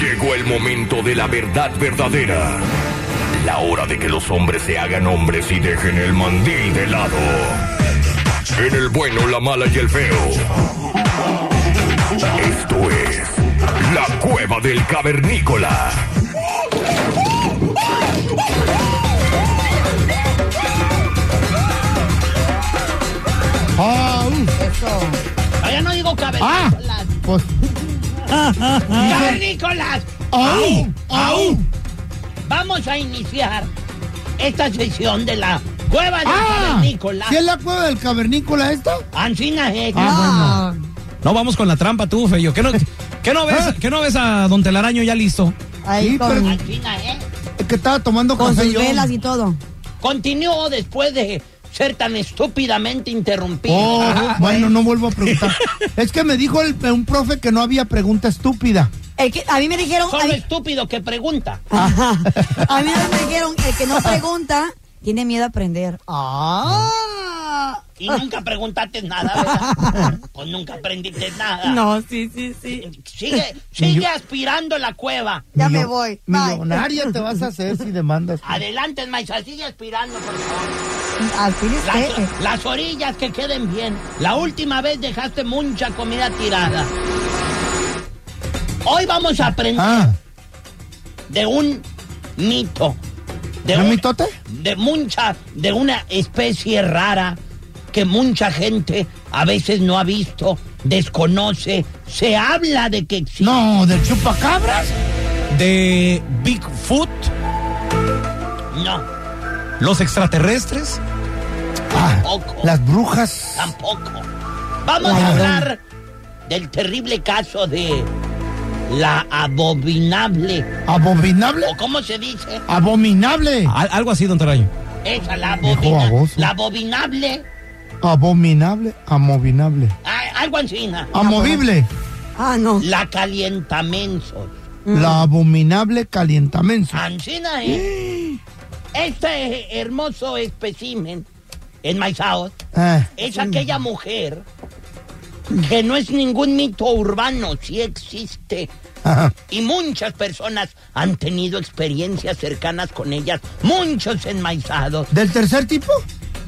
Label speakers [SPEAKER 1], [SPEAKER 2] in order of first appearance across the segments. [SPEAKER 1] Llegó el momento de la verdad verdadera. La hora de que los hombres se hagan hombres y dejen el mandil de lado. En el bueno, la mala y el feo. Esto es la cueva del cavernícola.
[SPEAKER 2] Ah, uh,
[SPEAKER 3] Eso. No, ya no digo
[SPEAKER 2] Ah.
[SPEAKER 3] cavernícolas.
[SPEAKER 2] pues,
[SPEAKER 3] ¡Cavernícolas!
[SPEAKER 2] au, au,
[SPEAKER 3] Vamos a iniciar esta sesión de la cueva del
[SPEAKER 2] ah,
[SPEAKER 3] cavernícola.
[SPEAKER 2] ¿sí es la cueva del cavernícola esta?
[SPEAKER 3] Ancina es.
[SPEAKER 2] Ah,
[SPEAKER 4] No, vamos con la trampa tú, Feyo. ¿Qué no, qué no ves,
[SPEAKER 2] ¿Eh?
[SPEAKER 4] qué no ves a Don Telaraño ya listo?
[SPEAKER 5] Ahí
[SPEAKER 2] Sí,
[SPEAKER 5] con,
[SPEAKER 2] pero-
[SPEAKER 3] Ancina es.
[SPEAKER 2] Es que estaba tomando
[SPEAKER 5] con
[SPEAKER 2] café
[SPEAKER 5] sus
[SPEAKER 2] yo.
[SPEAKER 5] velas y todo.
[SPEAKER 3] Continuó después de ser tan estúpidamente interrumpido.
[SPEAKER 2] Oh, bueno, no vuelvo a preguntar. es que me dijo el- un profe que no había pregunta estúpida.
[SPEAKER 5] El que, a mí me dijeron, a
[SPEAKER 3] Solo
[SPEAKER 5] mí,
[SPEAKER 3] estúpido que pregunta.
[SPEAKER 5] a mí me dijeron, el que no pregunta tiene miedo a aprender. Ah.
[SPEAKER 3] Y nunca preguntaste nada, ¿verdad? Pues nunca aprendiste nada.
[SPEAKER 5] No, sí, sí, sí.
[SPEAKER 3] Sigue, sigue aspirando la cueva.
[SPEAKER 5] Ya me
[SPEAKER 2] Millo-
[SPEAKER 5] voy. Bye.
[SPEAKER 2] Millonaria te vas a hacer si demandas.
[SPEAKER 3] Adelante, maestra, sigue aspirando, por favor.
[SPEAKER 5] Así es.
[SPEAKER 3] Las,
[SPEAKER 5] eh, eh.
[SPEAKER 3] las orillas que queden bien. La última vez dejaste mucha comida tirada. Hoy vamos a aprender
[SPEAKER 2] Ah,
[SPEAKER 3] de un mito. De
[SPEAKER 2] ¿no
[SPEAKER 3] un-
[SPEAKER 2] mitote?
[SPEAKER 3] De mucha, de una especie rara que mucha gente a veces no ha visto, desconoce, se habla de que existe.
[SPEAKER 2] No, del chupacabras.
[SPEAKER 4] De Bigfoot,
[SPEAKER 3] No,
[SPEAKER 4] los extraterrestres.
[SPEAKER 2] Ah,
[SPEAKER 3] Ojo.
[SPEAKER 2] las brujas.
[SPEAKER 3] tampoco. Vamos a hablar del terrible caso de la abominable
[SPEAKER 2] Abominable.
[SPEAKER 3] ¿O cómo se dice?
[SPEAKER 2] Abominable.
[SPEAKER 4] Al- algo así, Don Telaraño.
[SPEAKER 3] Esa, la
[SPEAKER 2] Dijo
[SPEAKER 3] abomina,
[SPEAKER 2] baboso.
[SPEAKER 3] La abominable.
[SPEAKER 2] Abominable. Amovinable.
[SPEAKER 3] ah, Algo encina.
[SPEAKER 2] Amovible.
[SPEAKER 5] Ah, no.
[SPEAKER 3] La calientamensos.
[SPEAKER 2] La abominable calientamenso.
[SPEAKER 3] Ancina es. Este hermoso especimen en Maizaos
[SPEAKER 2] Eh,
[SPEAKER 3] es aquella mujer que no es ningún mito urbano, sí existe.
[SPEAKER 2] ajá.
[SPEAKER 3] Y muchas personas han tenido experiencias cercanas con ellas, muchos enmaizados.
[SPEAKER 2] ¿Del tercer tipo?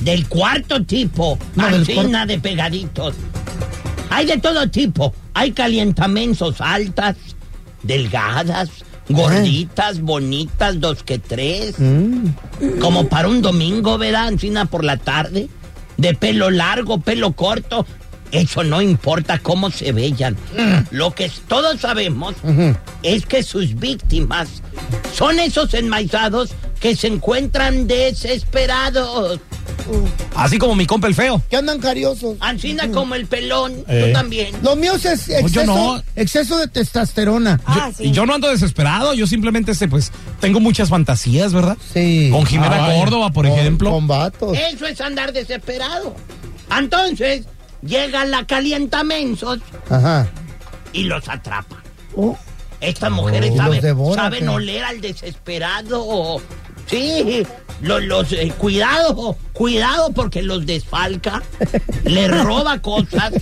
[SPEAKER 3] Del cuarto tipo,
[SPEAKER 2] No, del
[SPEAKER 3] Ancina de pegaditos. Hay de todo tipo. Hay calientamensos altas, delgadas,
[SPEAKER 2] Eh.
[SPEAKER 3] gorditas, bonitas, dos que tres.
[SPEAKER 2] Mm.
[SPEAKER 3] Como para un domingo, ¿verdad, Ancina, por la tarde? De pelo largo, pelo corto. Eso no importa cómo se vean.
[SPEAKER 2] Mm.
[SPEAKER 3] Lo que todos sabemos es que sus víctimas son esos enmaizados que se encuentran desesperados.
[SPEAKER 4] Así como mi compa el feo.
[SPEAKER 2] Que andan cariosos.
[SPEAKER 4] Ah,
[SPEAKER 3] Ancina como el pelón,
[SPEAKER 4] Eh.
[SPEAKER 3] tú también.
[SPEAKER 2] Lo mío es ex-
[SPEAKER 4] No, Pues yo
[SPEAKER 2] exceso,
[SPEAKER 4] no.
[SPEAKER 2] exceso de testosterona.
[SPEAKER 5] Ah,
[SPEAKER 4] Yo-
[SPEAKER 5] sí.
[SPEAKER 4] Y yo no ando desesperado, yo simplemente este, pues, tengo muchas fantasías, ¿verdad?
[SPEAKER 2] Sí.
[SPEAKER 4] Con Jimena
[SPEAKER 2] Ay,
[SPEAKER 4] Córdoba, por
[SPEAKER 2] con-
[SPEAKER 4] ejemplo. Eh.
[SPEAKER 2] Con vatos.
[SPEAKER 3] Eso es andar desesperado. Entonces, llega la calientamensos
[SPEAKER 2] Ajá.
[SPEAKER 3] y los atrapa.
[SPEAKER 2] Oh,
[SPEAKER 3] Estas mujeres
[SPEAKER 2] ¿Y los
[SPEAKER 3] saben,
[SPEAKER 2] devora,
[SPEAKER 3] saben
[SPEAKER 2] qué?
[SPEAKER 3] oler al desesperado. Sí, lo- los, eh, cuidado, cuidado porque los desfalca, le roba cosas.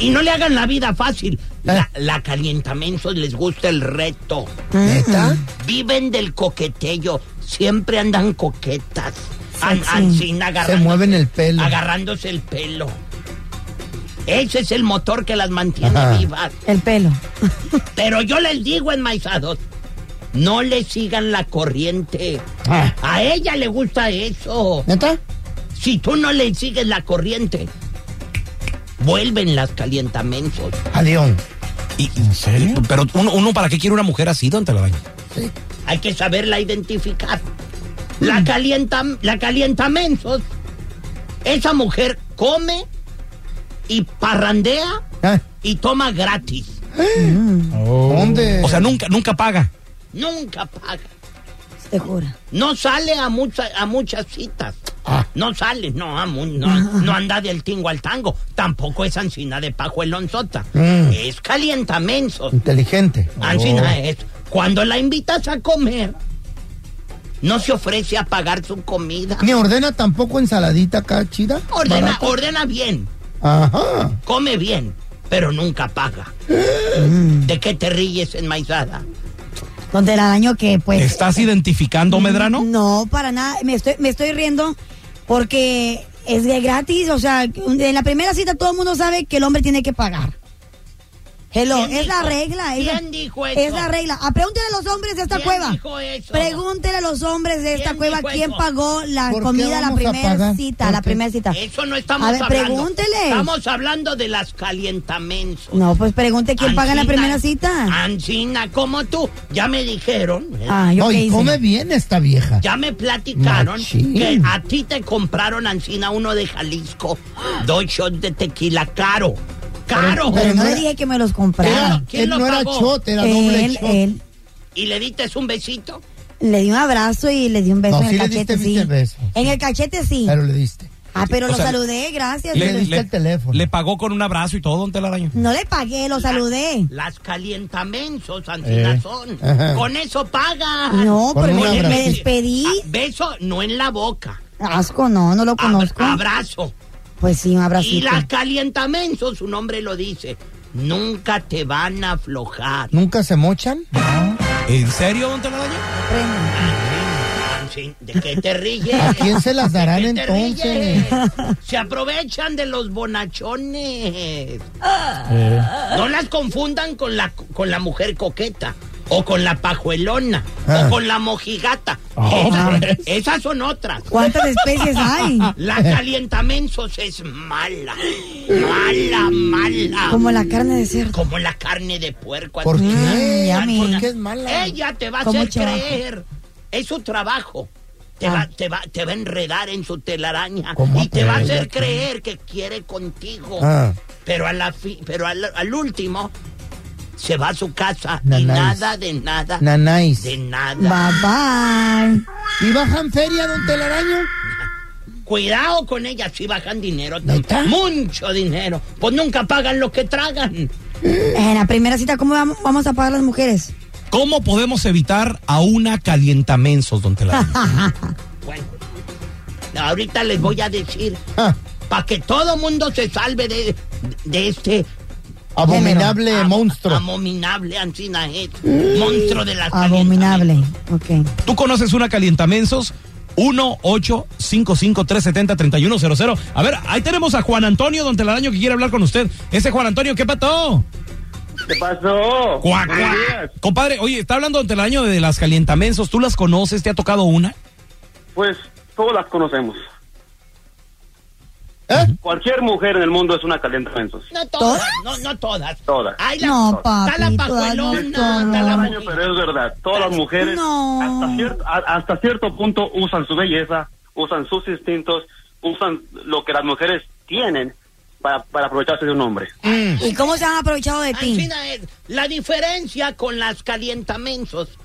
[SPEAKER 3] Y no le hagan la vida fácil. La, la calientamensos les gusta el reto.
[SPEAKER 2] ¿Neta?
[SPEAKER 3] Viven del coquetello, siempre andan coquetas. An,
[SPEAKER 5] Sí, sí.
[SPEAKER 3] ansín
[SPEAKER 2] Se
[SPEAKER 3] agarrándose-
[SPEAKER 2] mueven el pelo.
[SPEAKER 3] agarrándose el pelo. Ese es el motor que las mantiene
[SPEAKER 2] Ajá.
[SPEAKER 3] vivas.
[SPEAKER 5] El pelo.
[SPEAKER 3] Pero yo les digo, enmaizados, no le sigan la corriente.
[SPEAKER 2] Ah.
[SPEAKER 3] A ella le gusta eso.
[SPEAKER 2] ¿Neta?
[SPEAKER 3] Si tú no le sigues la corriente, vuelven las calientamentos.
[SPEAKER 2] Adiós.
[SPEAKER 4] Y- y- Pero uno, uno, ¿para qué quiere una mujer así, Don Telaraño?
[SPEAKER 3] Hay que saberla identificar. La calienta, la calientamensos. Esa mujer come y parrandea
[SPEAKER 2] Ah,
[SPEAKER 3] y toma gratis.
[SPEAKER 2] ¿Dónde?
[SPEAKER 4] Oh. O sea, nunca, nunca paga.
[SPEAKER 3] Nunca paga.
[SPEAKER 5] Te jura.
[SPEAKER 3] No sale a, mucha- a muchas citas. No sale, no, a mu- no, no anda del tingo al tango. Tampoco es ancina de pajuelonzota. Es calientamensos.
[SPEAKER 2] inteligente.
[SPEAKER 3] Ancina es. Cuando la invitas a comer, no se ofrece a pagar su comida.
[SPEAKER 2] Ni ordena tampoco ensaladita acá, chida.
[SPEAKER 3] Ordena,
[SPEAKER 2] barata.
[SPEAKER 3] ordena bien,
[SPEAKER 2] Ajá.
[SPEAKER 3] come bien, pero nunca paga. ¿De qué te ríes enmaizada?
[SPEAKER 5] Donde el daño que pues.
[SPEAKER 4] ¿Estás identificando, Medrano?
[SPEAKER 5] No, para nada. Me estoy, me estoy riendo porque es de gratis. O sea, en la primera cita todo el mundo sabe que el hombre tiene que pagar. Hello,
[SPEAKER 3] ¿Quién
[SPEAKER 5] es la
[SPEAKER 3] dijo?
[SPEAKER 5] regla. Es,
[SPEAKER 3] ¿Quién
[SPEAKER 5] la-
[SPEAKER 3] dijo
[SPEAKER 5] Es
[SPEAKER 3] eso?
[SPEAKER 5] la regla. Ah, pregúntenle a los hombres de esta
[SPEAKER 3] ¿Quién
[SPEAKER 5] cueva.
[SPEAKER 3] dijo eso?
[SPEAKER 5] Pregúntenle a los hombres de esta
[SPEAKER 3] ¿Quién
[SPEAKER 5] cueva
[SPEAKER 3] dijo
[SPEAKER 5] quién
[SPEAKER 3] eso?
[SPEAKER 5] pagó la
[SPEAKER 2] ¿Por qué
[SPEAKER 5] comida la
[SPEAKER 2] vamos a
[SPEAKER 5] primera
[SPEAKER 2] pagar?
[SPEAKER 5] cita,
[SPEAKER 2] ¿Por
[SPEAKER 5] la
[SPEAKER 2] qué?
[SPEAKER 5] primera cita.
[SPEAKER 3] Eso no estamos
[SPEAKER 5] A ver,
[SPEAKER 3] hablando.
[SPEAKER 5] pregúntele.
[SPEAKER 3] Estamos hablando de las calientamensos.
[SPEAKER 5] No, pues pregunte quién paga en la
[SPEAKER 3] Ancina,
[SPEAKER 5] primera
[SPEAKER 3] Ah.
[SPEAKER 5] cita.
[SPEAKER 3] Ancina, como tú. Ya me dijeron, eh,
[SPEAKER 5] Ah, yo
[SPEAKER 2] No,
[SPEAKER 5] qué
[SPEAKER 2] y
[SPEAKER 5] hice.
[SPEAKER 2] come bien esta vieja.
[SPEAKER 3] ya me platicaron
[SPEAKER 2] Machín.
[SPEAKER 3] que a ti te compraron, Ancina, uno de Jalisco. Dos shots de tequila caro. Caro.
[SPEAKER 5] Pero
[SPEAKER 2] Pero
[SPEAKER 5] no
[SPEAKER 2] no
[SPEAKER 5] le
[SPEAKER 2] era-
[SPEAKER 5] dije que me los
[SPEAKER 2] Era,
[SPEAKER 5] comprara.
[SPEAKER 3] ¿Quién
[SPEAKER 2] él
[SPEAKER 3] lo
[SPEAKER 2] no era
[SPEAKER 3] pagó?
[SPEAKER 2] shot, era doble
[SPEAKER 5] Él,
[SPEAKER 2] shot.
[SPEAKER 5] él.
[SPEAKER 3] ¿Y le diste un besito?
[SPEAKER 5] Le di un abrazo y le di un beso
[SPEAKER 2] No,
[SPEAKER 5] en el
[SPEAKER 2] sí le
[SPEAKER 5] cachete,
[SPEAKER 2] diste,
[SPEAKER 5] sí.
[SPEAKER 2] diste beso.
[SPEAKER 5] En el cachete sí.
[SPEAKER 2] Pero le diste.
[SPEAKER 5] ah, pero
[SPEAKER 4] O
[SPEAKER 5] lo
[SPEAKER 4] sea,
[SPEAKER 5] saludé, gracias.
[SPEAKER 2] le- diste el teléfono.
[SPEAKER 4] le pagó con un abrazo y todo, don Telaraño.
[SPEAKER 5] no le pagué, lo saludé.
[SPEAKER 3] Las calientamensos, Ancina,
[SPEAKER 2] Eh.
[SPEAKER 3] son.
[SPEAKER 2] Ajá.
[SPEAKER 3] Con eso pagas.
[SPEAKER 5] No,
[SPEAKER 2] Con
[SPEAKER 5] pero
[SPEAKER 2] un
[SPEAKER 5] me,
[SPEAKER 2] abrazo.
[SPEAKER 5] me despedí.
[SPEAKER 3] Ah, Beso no en la boca.
[SPEAKER 5] Asco, no, no lo
[SPEAKER 3] Abra-
[SPEAKER 5] conozco.
[SPEAKER 3] abrazo.
[SPEAKER 5] Pues sí, un
[SPEAKER 3] Y
[SPEAKER 5] abracito.
[SPEAKER 3] las calientamensos, su nombre lo dice. Nunca te van a aflojar.
[SPEAKER 2] ¿Nunca se mochan?
[SPEAKER 4] ¿En serio, don Telaraño?
[SPEAKER 5] Prende.
[SPEAKER 3] Ancina, ¿De qué te ríes?
[SPEAKER 2] ¿A quién se las darán
[SPEAKER 3] ¿De qué te
[SPEAKER 2] entonces?
[SPEAKER 3] ríes? Se aprovechan de los bonachones.
[SPEAKER 2] Eh.
[SPEAKER 3] No las confundan con la, con la mujer coqueta, o con la pajuelona,
[SPEAKER 2] Ah.
[SPEAKER 3] o con la mojigata.
[SPEAKER 4] Ah,
[SPEAKER 3] Esas- esas son otras.
[SPEAKER 5] ¿Cuántas especies hay?
[SPEAKER 3] La calientamensos es mala. Mala, mala.
[SPEAKER 5] Como la carne de cerdo.
[SPEAKER 3] Como la carne de puerco.
[SPEAKER 2] ¿Por
[SPEAKER 3] así.
[SPEAKER 2] qué?
[SPEAKER 5] ya me-
[SPEAKER 2] ¿Por qué es mala?
[SPEAKER 3] Ella te va a
[SPEAKER 5] Como
[SPEAKER 3] hacer
[SPEAKER 5] chavaco.
[SPEAKER 3] creer. Es su trabajo. Te, va, te, va, te va a enredar en su telaraña
[SPEAKER 2] Ah. ¿Cómo
[SPEAKER 3] y te va a
[SPEAKER 2] crees?
[SPEAKER 3] hacer creer que quiere contigo.
[SPEAKER 2] Ah.
[SPEAKER 3] Pero, a la fi- pero al, al último se va a su casa y
[SPEAKER 2] Nanáis.
[SPEAKER 3] nada de nada.
[SPEAKER 2] Nanáis.
[SPEAKER 3] De nada.
[SPEAKER 5] Bye bye.
[SPEAKER 2] ¿Y bajan feria, don Telaraño?
[SPEAKER 3] Cuidado con ellas si bajan dinero.
[SPEAKER 2] ¿Neta?
[SPEAKER 3] Mucho dinero. Pues nunca pagan lo que tragan.
[SPEAKER 5] En la primera cita, ¿cómo vamos, vamos a pagar las mujeres?
[SPEAKER 4] ¿Cómo podemos evitar a una calientamensos, don
[SPEAKER 5] Ah.
[SPEAKER 4] Telaraño?
[SPEAKER 3] Bueno, ahorita les voy a decir,
[SPEAKER 2] Ah,
[SPEAKER 3] para que todo mundo se salve de, de este...
[SPEAKER 2] abominable
[SPEAKER 3] am-
[SPEAKER 2] monstruo.
[SPEAKER 3] Abominable Ancina es, Monstruo de las
[SPEAKER 5] Mm. Abominable. Ok.
[SPEAKER 4] ¿Tú conoces una calientamensos? 1-855-370-3100. A ver, ahí tenemos a Juan Antonio, don Telaraño, que quiere hablar con usted. Ese Juan Antonio, ¿qué pató?
[SPEAKER 6] ¿Qué pasó?
[SPEAKER 4] Cuac,
[SPEAKER 6] Buenos
[SPEAKER 4] cuac.
[SPEAKER 6] días.
[SPEAKER 4] Compadre, oye, está hablando don Telaraño de las calientamensos. ¿Tú las conoces? ¿Te ha tocado una?
[SPEAKER 6] Pues todos las conocemos.
[SPEAKER 2] ¿Eh?
[SPEAKER 6] Cualquier mujer en el mundo es una calientamentos.
[SPEAKER 3] No todas,
[SPEAKER 5] ¿Todas?
[SPEAKER 3] no, no todas.
[SPEAKER 6] Todas.
[SPEAKER 3] Ay, la,
[SPEAKER 5] No,
[SPEAKER 3] está la
[SPEAKER 5] papi, todas no
[SPEAKER 3] pajuelona,
[SPEAKER 5] todas.
[SPEAKER 3] está la
[SPEAKER 6] Extraño,
[SPEAKER 3] mujer.
[SPEAKER 6] Pero es verdad, todas las mujeres
[SPEAKER 5] No.
[SPEAKER 6] hasta, cierto, a- hasta cierto punto usan su belleza, usan sus instintos, usan lo que las mujeres tienen para, para aprovecharse de un hombre.
[SPEAKER 4] Mm.
[SPEAKER 5] ¿Y cómo se han aprovechado de ti?
[SPEAKER 3] Ancina es, la diferencia con las calientamensos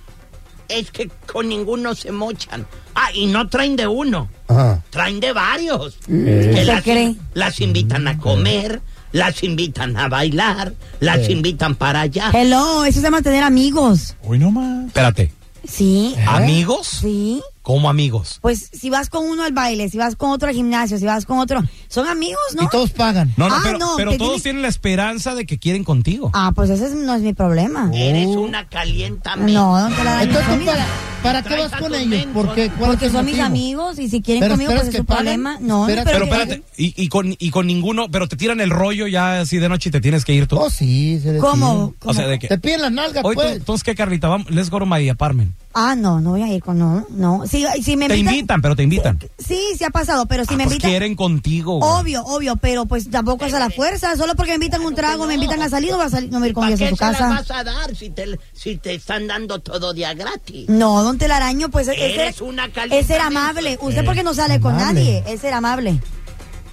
[SPEAKER 3] es que con ninguno se mochan. Ah, y no traen de uno.
[SPEAKER 2] Ah.
[SPEAKER 3] traen de varios.
[SPEAKER 5] ¿Usted
[SPEAKER 3] Que las,
[SPEAKER 5] Mm. cree?
[SPEAKER 3] las invitan a comer, las invitan a bailar, las invitan para allá.
[SPEAKER 5] Hello, eso se llama tener amigos.
[SPEAKER 4] Hoy nomás. Espérate.
[SPEAKER 5] Sí.
[SPEAKER 4] ¿Eh? ¿Amigos?
[SPEAKER 5] Sí.
[SPEAKER 4] ¿Cómo amigos?
[SPEAKER 5] Pues si vas con uno al baile, si vas con otro al gimnasio, si vas con otro, son amigos, ¿no?
[SPEAKER 2] Y todos pagan.
[SPEAKER 4] No, no,
[SPEAKER 5] Ah,
[SPEAKER 4] pero,
[SPEAKER 5] no,
[SPEAKER 4] pero
[SPEAKER 5] te
[SPEAKER 4] todos
[SPEAKER 5] tiene-
[SPEAKER 4] tienen la esperanza de que quieren contigo.
[SPEAKER 5] Ah, pues ese es- no es mi problema.
[SPEAKER 3] Eres una calienta
[SPEAKER 5] Oh. No, no te la daño.
[SPEAKER 2] Entonces,
[SPEAKER 5] Son
[SPEAKER 2] ¿tú
[SPEAKER 5] mis-
[SPEAKER 2] ¿para, para qué vas con ellos? ¿Por qué? ¿Cuál
[SPEAKER 5] porque
[SPEAKER 2] es el
[SPEAKER 5] son mis
[SPEAKER 2] motivo?
[SPEAKER 5] amigos y si quieren
[SPEAKER 2] Pero
[SPEAKER 5] conmigo, pues
[SPEAKER 2] esperas que
[SPEAKER 5] es su
[SPEAKER 2] paguen.
[SPEAKER 5] problema. No,
[SPEAKER 2] Esperas-
[SPEAKER 4] Pero
[SPEAKER 5] que-
[SPEAKER 4] espérate, y, y con, y con ninguno, pero te tiran el rollo ya así de noche y te tienes que ir tú.
[SPEAKER 2] Oh, sí, se
[SPEAKER 5] ¿Cómo?
[SPEAKER 2] deciden.
[SPEAKER 4] o sea, de que...
[SPEAKER 2] Te piden la nalga,
[SPEAKER 4] Oye, tú-
[SPEAKER 2] pues.
[SPEAKER 4] entonces, ¿qué, Carlita? Vamos, let's go to my apartment.
[SPEAKER 5] Ah, no, no voy a ir con no, no. Si, si me
[SPEAKER 4] Te
[SPEAKER 5] invitan,
[SPEAKER 4] invitan, pero te invitan.
[SPEAKER 5] Sí, sí ha pasado, pero si
[SPEAKER 4] Ah,
[SPEAKER 5] me
[SPEAKER 4] pues
[SPEAKER 5] invitan
[SPEAKER 4] quieren contigo. güey.
[SPEAKER 5] Obvio, obvio, pero pues tampoco es a la fuerza, solo porque me invitan un trago, me invitan a salir, no voy a salir, no voy a ir con
[SPEAKER 3] ¿Para
[SPEAKER 5] ellos a
[SPEAKER 3] qué
[SPEAKER 5] su
[SPEAKER 3] se las
[SPEAKER 5] casa.
[SPEAKER 3] vas a dar si te, si te están dando todo día gratis?
[SPEAKER 5] No, don Telaraño, pues es, es
[SPEAKER 3] Eres
[SPEAKER 5] ser,
[SPEAKER 3] una
[SPEAKER 5] es
[SPEAKER 3] calientamiento.
[SPEAKER 5] ser amable. Usted porque no sale con
[SPEAKER 2] amable.
[SPEAKER 5] nadie, es ser amable.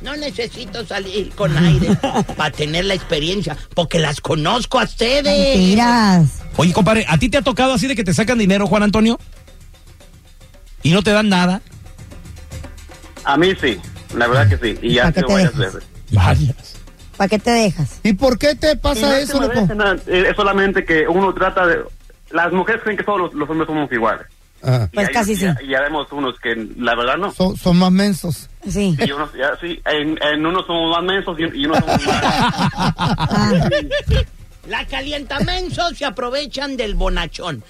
[SPEAKER 3] No necesito salir con aire para tener la experiencia, porque las conozco a ustedes.
[SPEAKER 5] Mentiras.
[SPEAKER 4] Oye, compadre, ¿a ti te ha tocado así de que te sacan dinero, Juan Antonio? Y no te dan nada.
[SPEAKER 6] A mí sí, la verdad que sí. Y
[SPEAKER 5] ¿Para
[SPEAKER 6] ya
[SPEAKER 5] qué
[SPEAKER 6] sido
[SPEAKER 5] te
[SPEAKER 6] varias
[SPEAKER 5] dejas?
[SPEAKER 6] veces.
[SPEAKER 4] Varias.
[SPEAKER 5] ¿Para qué te dejas?
[SPEAKER 2] ¿Y por qué te
[SPEAKER 6] Y
[SPEAKER 2] pasa
[SPEAKER 6] no es que
[SPEAKER 2] eso,
[SPEAKER 6] me
[SPEAKER 2] loco?
[SPEAKER 6] dejen, nada, eh, Es solamente que uno trata de... Las mujeres creen que todos los, los hombres somos iguales.
[SPEAKER 2] Ah,
[SPEAKER 6] Y
[SPEAKER 5] Pues
[SPEAKER 6] hay-
[SPEAKER 5] casi
[SPEAKER 6] y-
[SPEAKER 5] sí.
[SPEAKER 6] Y ya vemos unos que la verdad no.
[SPEAKER 2] son, son más mensos.
[SPEAKER 5] Sí.
[SPEAKER 6] Y unos, ya, sí, en, en unos somos más mensos y, y unos somos más...
[SPEAKER 5] Ah,
[SPEAKER 3] La calientamensos se aprovechan del bonachón.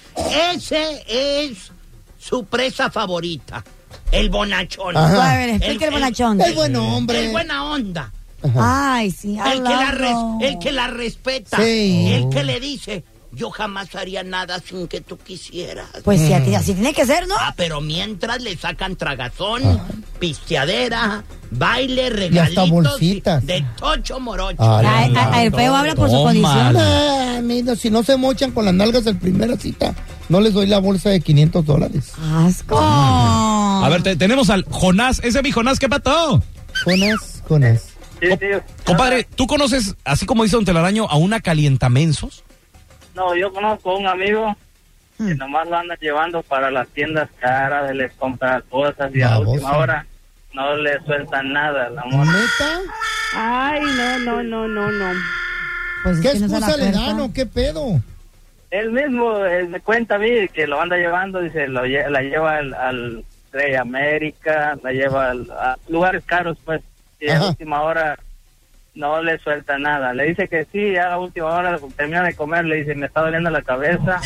[SPEAKER 3] Ese es su presa favorita. El bonachón.
[SPEAKER 2] Ajá.
[SPEAKER 5] a ver, explica el bonachón.
[SPEAKER 2] El buen hombre.
[SPEAKER 3] El buena onda.
[SPEAKER 5] Ay, sí.
[SPEAKER 3] El que, la res-
[SPEAKER 5] Alonso.
[SPEAKER 3] el que la respeta.
[SPEAKER 2] Sí.
[SPEAKER 3] El que le dice, yo jamás haría nada sin que tú quisieras.
[SPEAKER 5] Pues sí, a
[SPEAKER 4] Mm.
[SPEAKER 5] ti- así tiene que ser, ¿no?
[SPEAKER 3] Ah, pero mientras le sacan tragazón, pisteadera, baile, regalitos.
[SPEAKER 2] Ah. Y hasta bolsitas.
[SPEAKER 3] De tocho morocho.
[SPEAKER 2] Ah,
[SPEAKER 5] A- a- a- el
[SPEAKER 4] no,
[SPEAKER 5] feo habla por su
[SPEAKER 4] toma.
[SPEAKER 5] condición.
[SPEAKER 2] Ah, mira, si no se mochan con las nalgas del primera cita, no les doy la bolsa de 500 dólares.
[SPEAKER 5] Asco.
[SPEAKER 4] A ver, te- tenemos al Jonás. Ese es mi Jonás, ¿qué pato?
[SPEAKER 2] Jonas, Jonas.
[SPEAKER 7] Sí, sí.
[SPEAKER 4] Compadre, ¿tú conoces, así como dice Don Telaraño, a una calientamensos?
[SPEAKER 7] No, yo conozco a un amigo que
[SPEAKER 5] Hmm.
[SPEAKER 7] nomás lo anda llevando para las tiendas caras, les compra cosas y a
[SPEAKER 2] Baboso.
[SPEAKER 7] última hora no le sueltan nada, la mona.
[SPEAKER 2] ¿Neta?
[SPEAKER 8] Ay, no, no, no, no, no.
[SPEAKER 5] Pues es
[SPEAKER 2] ¿Qué
[SPEAKER 5] que no se la
[SPEAKER 2] excusa le
[SPEAKER 5] acuerda.
[SPEAKER 2] dan o qué pedo?
[SPEAKER 7] Él mismo eh, me cuenta a mí que lo anda llevando, dice, lo lle- la lleva al, al Rey América, la lleva al- a lugares caros, pues, y a
[SPEAKER 2] Ajá.
[SPEAKER 7] última hora no le suelta nada. Le dice que sí, ya a última hora termina de comer, le dice, me está doliendo la cabeza.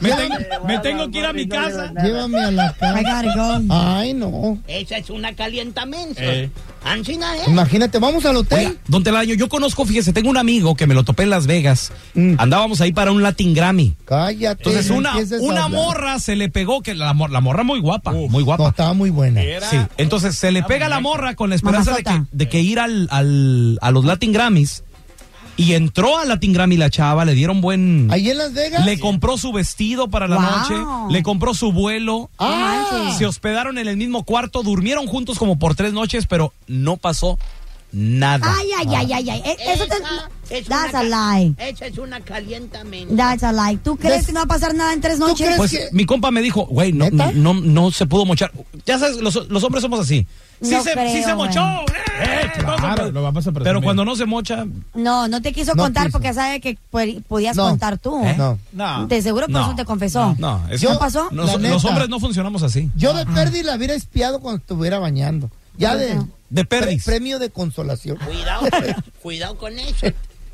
[SPEAKER 4] Me,
[SPEAKER 7] tengo- me tengo que ir a mi casa.
[SPEAKER 2] Llévame a la
[SPEAKER 5] I
[SPEAKER 2] casa.
[SPEAKER 5] gotta Oh go.
[SPEAKER 2] Ay, no.
[SPEAKER 3] Esa es una calientamensos.
[SPEAKER 4] Eh.
[SPEAKER 3] Ancina, ¿eh?
[SPEAKER 2] Imagínate, vamos al
[SPEAKER 4] Oiga,
[SPEAKER 2] hotel.
[SPEAKER 4] don Telaraño, yo conozco, fíjese, tengo un amigo que me lo topé en Las Vegas.
[SPEAKER 2] Mm.
[SPEAKER 4] Andábamos ahí para un Latin Grammy.
[SPEAKER 2] Cállate.
[SPEAKER 4] Entonces
[SPEAKER 2] no
[SPEAKER 4] una,
[SPEAKER 2] empieces a
[SPEAKER 4] una
[SPEAKER 2] hablar.
[SPEAKER 4] morra se le pegó, que la, mor- la morra muy guapa, muy
[SPEAKER 2] No,
[SPEAKER 4] guapa.
[SPEAKER 2] estaba muy buena.
[SPEAKER 4] Sí, entonces se le pega a la morra con la esperanza de que,
[SPEAKER 5] Mamazota.
[SPEAKER 4] de que ir al, al- a los Latin Grammys. Y entró a Latin Grammy la chava, le dieron buen...
[SPEAKER 2] ¿Ahí en Las Vegas?
[SPEAKER 4] Le compró su vestido para la
[SPEAKER 5] Wow.
[SPEAKER 4] noche, le compró su vuelo.
[SPEAKER 2] ah,
[SPEAKER 4] Se hospedaron en el mismo cuarto, durmieron juntos como por tres noches, pero no pasó nada.
[SPEAKER 5] Ay, ay, ay, ay, ay.
[SPEAKER 2] Ah.
[SPEAKER 5] E- Eso
[SPEAKER 3] Esa
[SPEAKER 5] te...
[SPEAKER 3] es una
[SPEAKER 5] That's a
[SPEAKER 3] ca-
[SPEAKER 5] lie.
[SPEAKER 3] Esa es una calientamensos.
[SPEAKER 5] That's a lie. ¿Tú crees
[SPEAKER 2] Des-
[SPEAKER 5] que no va a pasar nada en tres noches?
[SPEAKER 2] crees?
[SPEAKER 4] Pues
[SPEAKER 2] que-
[SPEAKER 4] mi compa me dijo, güey, no,
[SPEAKER 2] ¿Neta?
[SPEAKER 4] no, no se pudo mochar. Ya sabes, los, los hombres somos así. Sí,
[SPEAKER 5] No
[SPEAKER 4] se, sí
[SPEAKER 5] creo,
[SPEAKER 4] se
[SPEAKER 5] güey.
[SPEAKER 4] mochó. ¡eh! No se puede. Pero cuando no se mocha,
[SPEAKER 5] No, no te quiso
[SPEAKER 2] No
[SPEAKER 5] contar
[SPEAKER 2] quiso.
[SPEAKER 5] porque sabe que pu- podías
[SPEAKER 2] No.
[SPEAKER 5] contar tú.
[SPEAKER 4] ¿Eh?
[SPEAKER 2] No.
[SPEAKER 4] No.
[SPEAKER 5] De seguro por
[SPEAKER 4] No.
[SPEAKER 5] eso te confesó.
[SPEAKER 4] No, es-
[SPEAKER 5] ¿No pasó?
[SPEAKER 4] nos-
[SPEAKER 2] La
[SPEAKER 4] los
[SPEAKER 2] neta.
[SPEAKER 4] hombres no funcionamos así.
[SPEAKER 2] Yo de Perdi la hubiera espiado cuando estuviera bañando. Ya de,
[SPEAKER 4] De perdis.
[SPEAKER 2] pre- premio de consolación.
[SPEAKER 3] Cuidado, cuidado con eso.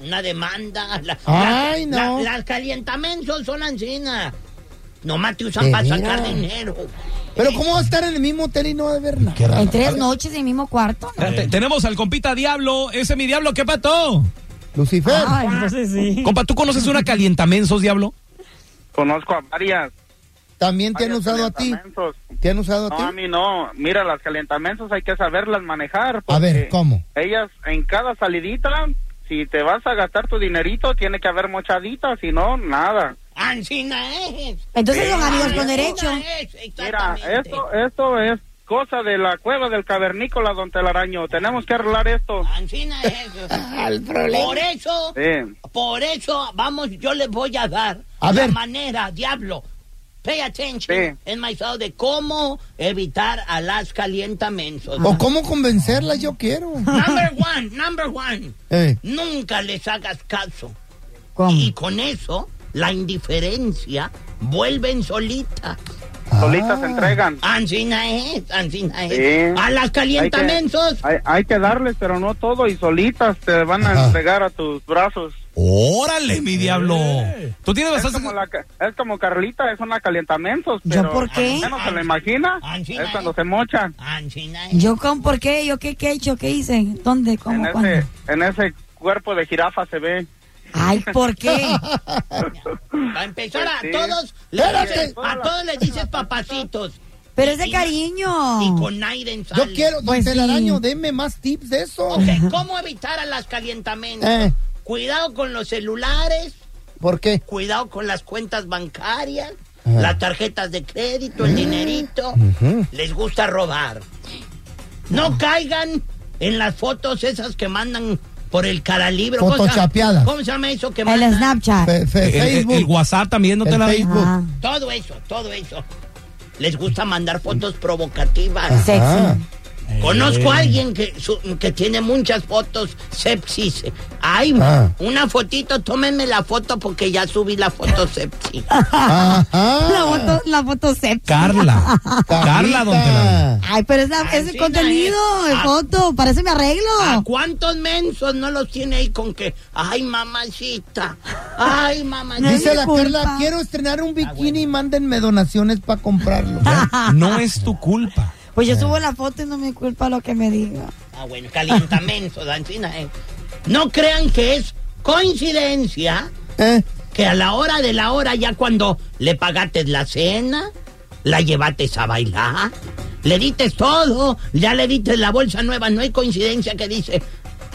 [SPEAKER 3] Una demanda. La-
[SPEAKER 2] Ay,
[SPEAKER 3] la-
[SPEAKER 2] no.
[SPEAKER 3] la- las calientamensos son ancina. Nomás te usan
[SPEAKER 2] De
[SPEAKER 3] para
[SPEAKER 2] veras.
[SPEAKER 3] sacar dinero.
[SPEAKER 2] Eh, Pero ¿cómo va a estar en el mismo hotel y no va a ver nada?
[SPEAKER 5] En tres noches en el mismo cuarto. No.
[SPEAKER 4] Espérate, Tenemos al compita Diablo. Ese mi Diablo, ¿qué pato?
[SPEAKER 2] Lucifer.
[SPEAKER 5] Ay, no.
[SPEAKER 4] Compa, ¿tú conoces una calientamensos, Diablo?
[SPEAKER 6] Conozco a varias.
[SPEAKER 2] También te han
[SPEAKER 6] varias
[SPEAKER 2] usado a ti.
[SPEAKER 6] calentamentos.
[SPEAKER 2] ¿Te han usado
[SPEAKER 6] No, a
[SPEAKER 2] a ti?
[SPEAKER 6] mí no. Mira, las calentamentos hay que saberlas manejar.
[SPEAKER 2] A ver,
[SPEAKER 6] porque
[SPEAKER 2] ¿cómo?
[SPEAKER 6] Ellas, en cada salidita, si te vas a gastar tu dinerito, tiene que haber mochadita, si no, nada.
[SPEAKER 3] Ancina es.
[SPEAKER 5] Entonces son
[SPEAKER 3] Ah,
[SPEAKER 5] amigos con
[SPEAKER 3] ancina
[SPEAKER 5] derecho.
[SPEAKER 3] es,
[SPEAKER 6] Mira,
[SPEAKER 3] exactamente.
[SPEAKER 6] esto, esto es cosa de la cueva del cavernícola, don Telaraño. Tenemos que arreglar esto.
[SPEAKER 3] Ancina es. Por eso,
[SPEAKER 6] Sí.
[SPEAKER 3] por eso, vamos, yo les voy a dar
[SPEAKER 2] A
[SPEAKER 3] la
[SPEAKER 2] ver.
[SPEAKER 3] manera, Diablo. Pay attention
[SPEAKER 6] Sí.
[SPEAKER 3] en my show de cómo evitar a las calientamensos.
[SPEAKER 6] Ah.
[SPEAKER 2] ¿O cómo convencerla? Yo quiero.
[SPEAKER 3] Number one, number one.
[SPEAKER 2] Eh,
[SPEAKER 3] Nunca les hagas caso.
[SPEAKER 5] ¿Cómo?
[SPEAKER 3] Y con eso, la indiferencia vuelven solita.
[SPEAKER 6] Solitas se
[SPEAKER 2] Ah.
[SPEAKER 6] entregan.
[SPEAKER 3] Ancina es, ancina es.
[SPEAKER 6] Sí.
[SPEAKER 3] A las calientamentos.
[SPEAKER 6] Hay, hay que darles, pero no todo, y solitas te van a
[SPEAKER 2] Ajá.
[SPEAKER 6] entregar a tus brazos.
[SPEAKER 4] Órale, mi Diablo. Tú tienes
[SPEAKER 6] Es
[SPEAKER 4] bastante...
[SPEAKER 6] como, la ca- es como Carlita, es una calentamientos,
[SPEAKER 5] ¿Yo
[SPEAKER 6] pero
[SPEAKER 5] por qué?
[SPEAKER 6] al menos se lo imagina,
[SPEAKER 3] Ancina,
[SPEAKER 6] es cuando
[SPEAKER 3] eh.
[SPEAKER 6] se mochan.
[SPEAKER 3] Ancina es.
[SPEAKER 5] ¿Yo con por qué? ¿Yo qué, qué he hecho? ¿Qué hice? ¿Dónde?
[SPEAKER 6] En
[SPEAKER 5] ¿Cómo? ¿Cuándo?
[SPEAKER 6] ese, en ese cuerpo de jirafa se ve.
[SPEAKER 5] Ay, ¿por qué?
[SPEAKER 3] Para empezar, a
[SPEAKER 6] Pues sí.
[SPEAKER 3] todos les
[SPEAKER 2] Espérate.
[SPEAKER 3] dices, a todos les dices papacitos.
[SPEAKER 5] Pero es de
[SPEAKER 3] Y-
[SPEAKER 5] cariño.
[SPEAKER 3] Y con aire en
[SPEAKER 2] yo quiero, don
[SPEAKER 5] Pues sí.
[SPEAKER 2] Telaraño, deme más tips de eso.
[SPEAKER 3] Ok, ¿cómo evitar a las calientamentos?
[SPEAKER 2] Eh,
[SPEAKER 3] Cuidado con los celulares.
[SPEAKER 2] ¿Por qué?
[SPEAKER 3] cuidado con las cuentas bancarias, las tarjetas de crédito, el dinerito. Les gusta robar. No caigan en las fotos esas que mandan por el caralibro. ¿Cómo se llama?
[SPEAKER 2] Photoshopeadas.
[SPEAKER 3] ¿Cómo se llama eso que
[SPEAKER 5] El
[SPEAKER 3] mandan?
[SPEAKER 5] Snapchat.
[SPEAKER 2] Fe- fe-
[SPEAKER 4] El, el-
[SPEAKER 2] Facebook.
[SPEAKER 4] el WhatsApp también no te
[SPEAKER 2] El
[SPEAKER 4] la da.
[SPEAKER 2] Facebook.
[SPEAKER 5] Ah,
[SPEAKER 3] Todo eso, todo eso. Les gusta mandar fotos provocativas.
[SPEAKER 5] sexy.
[SPEAKER 2] Ah,
[SPEAKER 3] Conozco
[SPEAKER 4] Eh,
[SPEAKER 3] a alguien que, su- que tiene muchas fotos sepsis. Ay,
[SPEAKER 2] Ah.
[SPEAKER 3] una fotito, tómenme la foto porque ya subí la foto sepsis.
[SPEAKER 2] ah, ah.
[SPEAKER 5] La foto, la foto sexy.
[SPEAKER 4] Carla. Carla, don Telaraño.
[SPEAKER 5] Ay, pero es, la- es el
[SPEAKER 3] Así
[SPEAKER 5] contenido,
[SPEAKER 3] es.
[SPEAKER 5] de
[SPEAKER 3] Ah.
[SPEAKER 5] foto, parece mi
[SPEAKER 3] ¿A
[SPEAKER 5] arreglo.
[SPEAKER 3] cuántos mensos no los tiene ahí con que, ay, mamacita, ay, mamacita?
[SPEAKER 2] Dice
[SPEAKER 5] es
[SPEAKER 2] la
[SPEAKER 5] mi culpa.
[SPEAKER 2] Carla, quiero estrenar
[SPEAKER 4] Ah,
[SPEAKER 2] un bikini y mándenme donaciones para comprarlo.
[SPEAKER 4] No es tu culpa.
[SPEAKER 5] Pues yo subo la foto y no me culpa lo que me diga.
[SPEAKER 3] Ah, bueno, calientamenso, Dancina. eh. No crean que es coincidencia
[SPEAKER 2] ¿Eh?
[SPEAKER 3] que a la hora de la hora, ya cuando le pagaste la cena, la llevaste a bailar, le diste todo, ya le diste la bolsa nueva, no hay coincidencia que dice,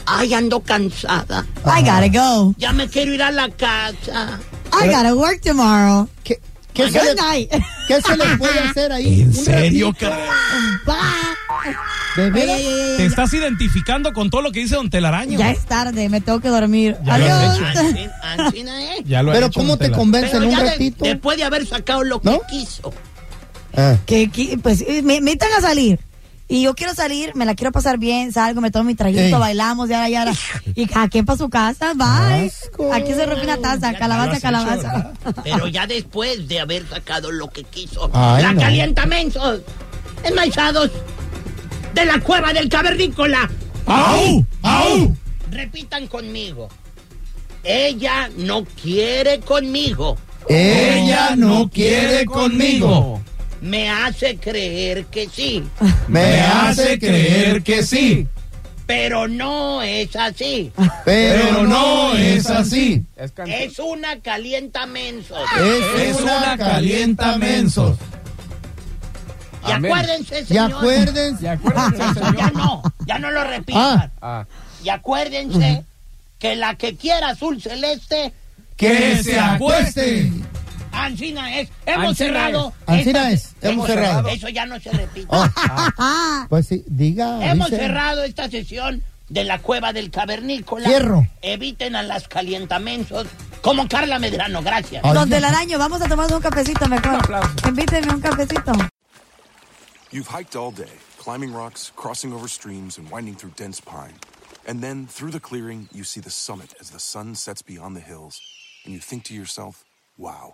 [SPEAKER 3] ay, ando cansada,
[SPEAKER 5] I gotta go.
[SPEAKER 3] ya me quiero ir a la casa.
[SPEAKER 5] I gotta work tomorrow.
[SPEAKER 2] ¿Qué, qué se
[SPEAKER 5] Good
[SPEAKER 2] le,
[SPEAKER 5] night.
[SPEAKER 2] qué se le puede hacer ahí?
[SPEAKER 4] ¿En
[SPEAKER 2] Un
[SPEAKER 4] serio,
[SPEAKER 2] ratito.
[SPEAKER 4] Carla?
[SPEAKER 5] Bye.
[SPEAKER 2] ¿De veras?
[SPEAKER 5] Ay, ay, ay, ay,
[SPEAKER 4] Te estás identificando con todo lo que dice don Telaraño.
[SPEAKER 5] Ya es tarde, me tengo que dormir.
[SPEAKER 4] Ya lo has
[SPEAKER 5] Adiós.
[SPEAKER 4] hecho.
[SPEAKER 3] Ansi- Ansina, eh.
[SPEAKER 4] Ya lo ha
[SPEAKER 2] Pero
[SPEAKER 4] hecho,
[SPEAKER 2] ¿cómo
[SPEAKER 4] don
[SPEAKER 2] te
[SPEAKER 4] Tela.
[SPEAKER 2] convencen
[SPEAKER 3] Pero
[SPEAKER 2] un
[SPEAKER 3] ya de-
[SPEAKER 2] ratito?
[SPEAKER 3] después de haber sacado lo
[SPEAKER 2] ¿No?
[SPEAKER 3] que quiso.
[SPEAKER 2] Ah.
[SPEAKER 5] Que, que- pues eh, me me invitan a salir. Y yo quiero salir, me la quiero pasar bien, salgo, me tomo mi traguito,
[SPEAKER 2] Ey.
[SPEAKER 5] bailamos, yara, yara. Y cada quien para su casa, bye.
[SPEAKER 2] Asco.
[SPEAKER 5] Aquí se rompe una taza,
[SPEAKER 4] lo
[SPEAKER 5] calabaza,
[SPEAKER 4] has hecho,
[SPEAKER 5] calabaza.
[SPEAKER 3] Pero ya después de haber sacado lo que quiso.
[SPEAKER 2] Ay,
[SPEAKER 3] la
[SPEAKER 2] no.
[SPEAKER 3] calienta mensos. Enmaizados. De la cueva del cavernícola.
[SPEAKER 4] ¡Au! ¡Au!
[SPEAKER 3] Repitan conmigo. Ella no quiere conmigo.
[SPEAKER 2] Ella no quiere conmigo.
[SPEAKER 3] Me hace creer que sí.
[SPEAKER 2] Me hace creer que sí.
[SPEAKER 3] Pero no es así.
[SPEAKER 2] Pero no es así.
[SPEAKER 3] Es una calienta mensos.
[SPEAKER 2] Eh, Es, una calienta mensos.
[SPEAKER 3] Y acuérdense,
[SPEAKER 2] Y
[SPEAKER 3] señor.
[SPEAKER 2] acuérdense. Ah,
[SPEAKER 3] Ya no, ya no lo repitan. Y acuérdense que la que quiera azul celeste
[SPEAKER 2] Que se acueste.
[SPEAKER 3] Ancina es, hemos cerrado.
[SPEAKER 2] Ancina es, hemos cerrado. Oh,
[SPEAKER 3] Eso ya no se repite.
[SPEAKER 2] Pues sí, diga.
[SPEAKER 3] hemos
[SPEAKER 2] dice.
[SPEAKER 3] cerrado esta sesión de la cueva del cavernícola.
[SPEAKER 2] Cierro.
[SPEAKER 3] Eviten a las calientamensos como Carla Medrano, gracias.
[SPEAKER 2] Ay,
[SPEAKER 5] Donde el araño, vamos a tomar un cafecito mejor. Invíteme un cafecito.
[SPEAKER 9] You've hiked all day, climbing rocks, crossing over streams, and winding through dense pine. And then, through the clearing, you see the summit as the sun sets beyond the hills, and you think to yourself, wow,